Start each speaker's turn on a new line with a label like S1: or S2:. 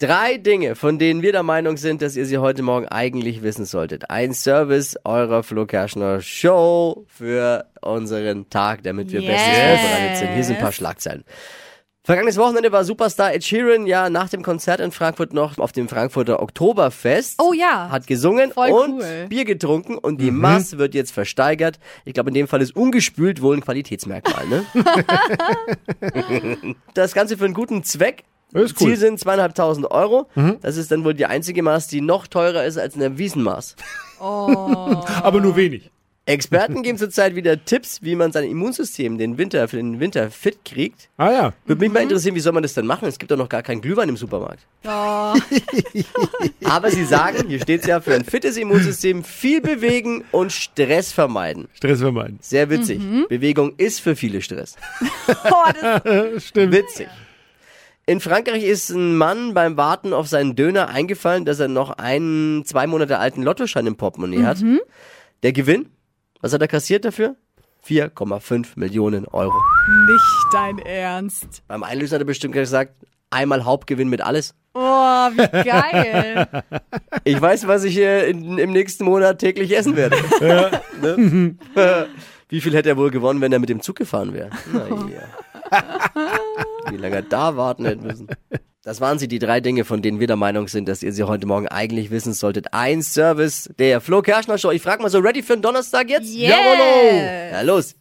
S1: Drei Dinge, von denen wir der Meinung sind, dass ihr sie heute Morgen eigentlich wissen solltet. Ein Service eurer Flo Kerschner Show für unseren Tag, damit wir bestens
S2: Yes.
S1: vorbereitet sind. Hier sind ein paar Schlagzeilen. Vergangenes Wochenende war Superstar Ed Sheeran ja nach dem Konzert in Frankfurt noch auf dem Frankfurter Oktoberfest.
S2: Oh ja.
S1: Hat gesungen
S2: Voll
S1: und
S2: cool.
S1: Bier getrunken und die Maß wird jetzt versteigert. Ich glaube, in dem Fall ist ungespült wohl ein Qualitätsmerkmal, ne? das Ganze für einen guten Zweck.
S3: Das ist cool. Mhm.
S1: Ziel sind zweieinhalbtausend Euro. Das ist dann wohl die einzige Maß, die noch teurer ist als eine Wiesenmaß.
S3: Aber nur wenig.
S1: Experten geben zurzeit wieder Tipps, wie man sein Immunsystem den Winter, für den Winter fit kriegt.
S3: Ah ja.
S1: Würde mich mal interessieren, wie soll man das denn machen? Es gibt doch noch gar keinen Glühwein im Supermarkt. Aber sie sagen, hier steht es ja, für ein fittes Immunsystem viel bewegen und Stress vermeiden.
S3: Stress vermeiden.
S1: Sehr witzig. Bewegung ist für viele Stress.
S2: Oh, das,
S3: Stimmt.
S1: Witzig. In Frankreich ist ein Mann beim Warten auf seinen Döner eingefallen, dass er noch einen zwei Monate alten Lottoschein im Portemonnaie hat. Der Gewinn, was hat er kassiert dafür? 4,5 Millionen Euro.
S2: nicht dein Ernst.
S1: Beim Einlösen hat er bestimmt gesagt, einmal Hauptgewinn mit alles.
S2: Oh, wie geil.
S1: Ich weiß, was ich äh, in, im nächsten Monat täglich essen werde. ne? Wie viel hätte er wohl gewonnen, wenn er mit dem Zug gefahren wäre? Na ja. Wie lange er da warten hätte müssen. Das waren sie, die drei Dinge, von denen wir der Meinung sind, dass ihr sie heute Morgen eigentlich wissen solltet. Ein Service der Flo Kerschner Show. Ich frage mal so, ready für den Donnerstag jetzt?
S2: Yes.
S1: Na los.